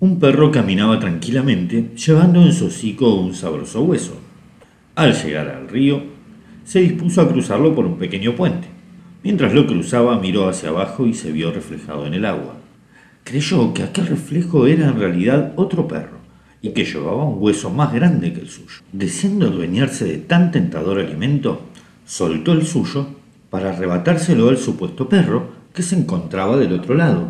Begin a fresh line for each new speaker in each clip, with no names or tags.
Un perro caminaba tranquilamente llevando en su hocico un sabroso hueso. Al llegar al río, se dispuso a cruzarlo por un pequeño puente. Mientras lo cruzaba, miró hacia abajo y se vio reflejado en el agua. Creyó que aquel reflejo era en realidad otro perro y que llevaba un hueso más grande que el suyo. Deseando adueñarse de tan tentador alimento, soltó el suyo para arrebatárselo al supuesto perro que se encontraba del otro lado.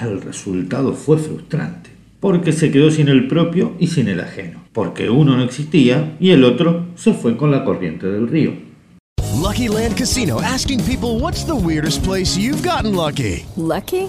El resultado fue frustrante, porque se quedó sin el propio y sin el ajeno, porque uno no existía y el otro se fue con la corriente del río.
Lucky Land Casino asking people what's the weirdest place you've gotten lucky?
Lucky?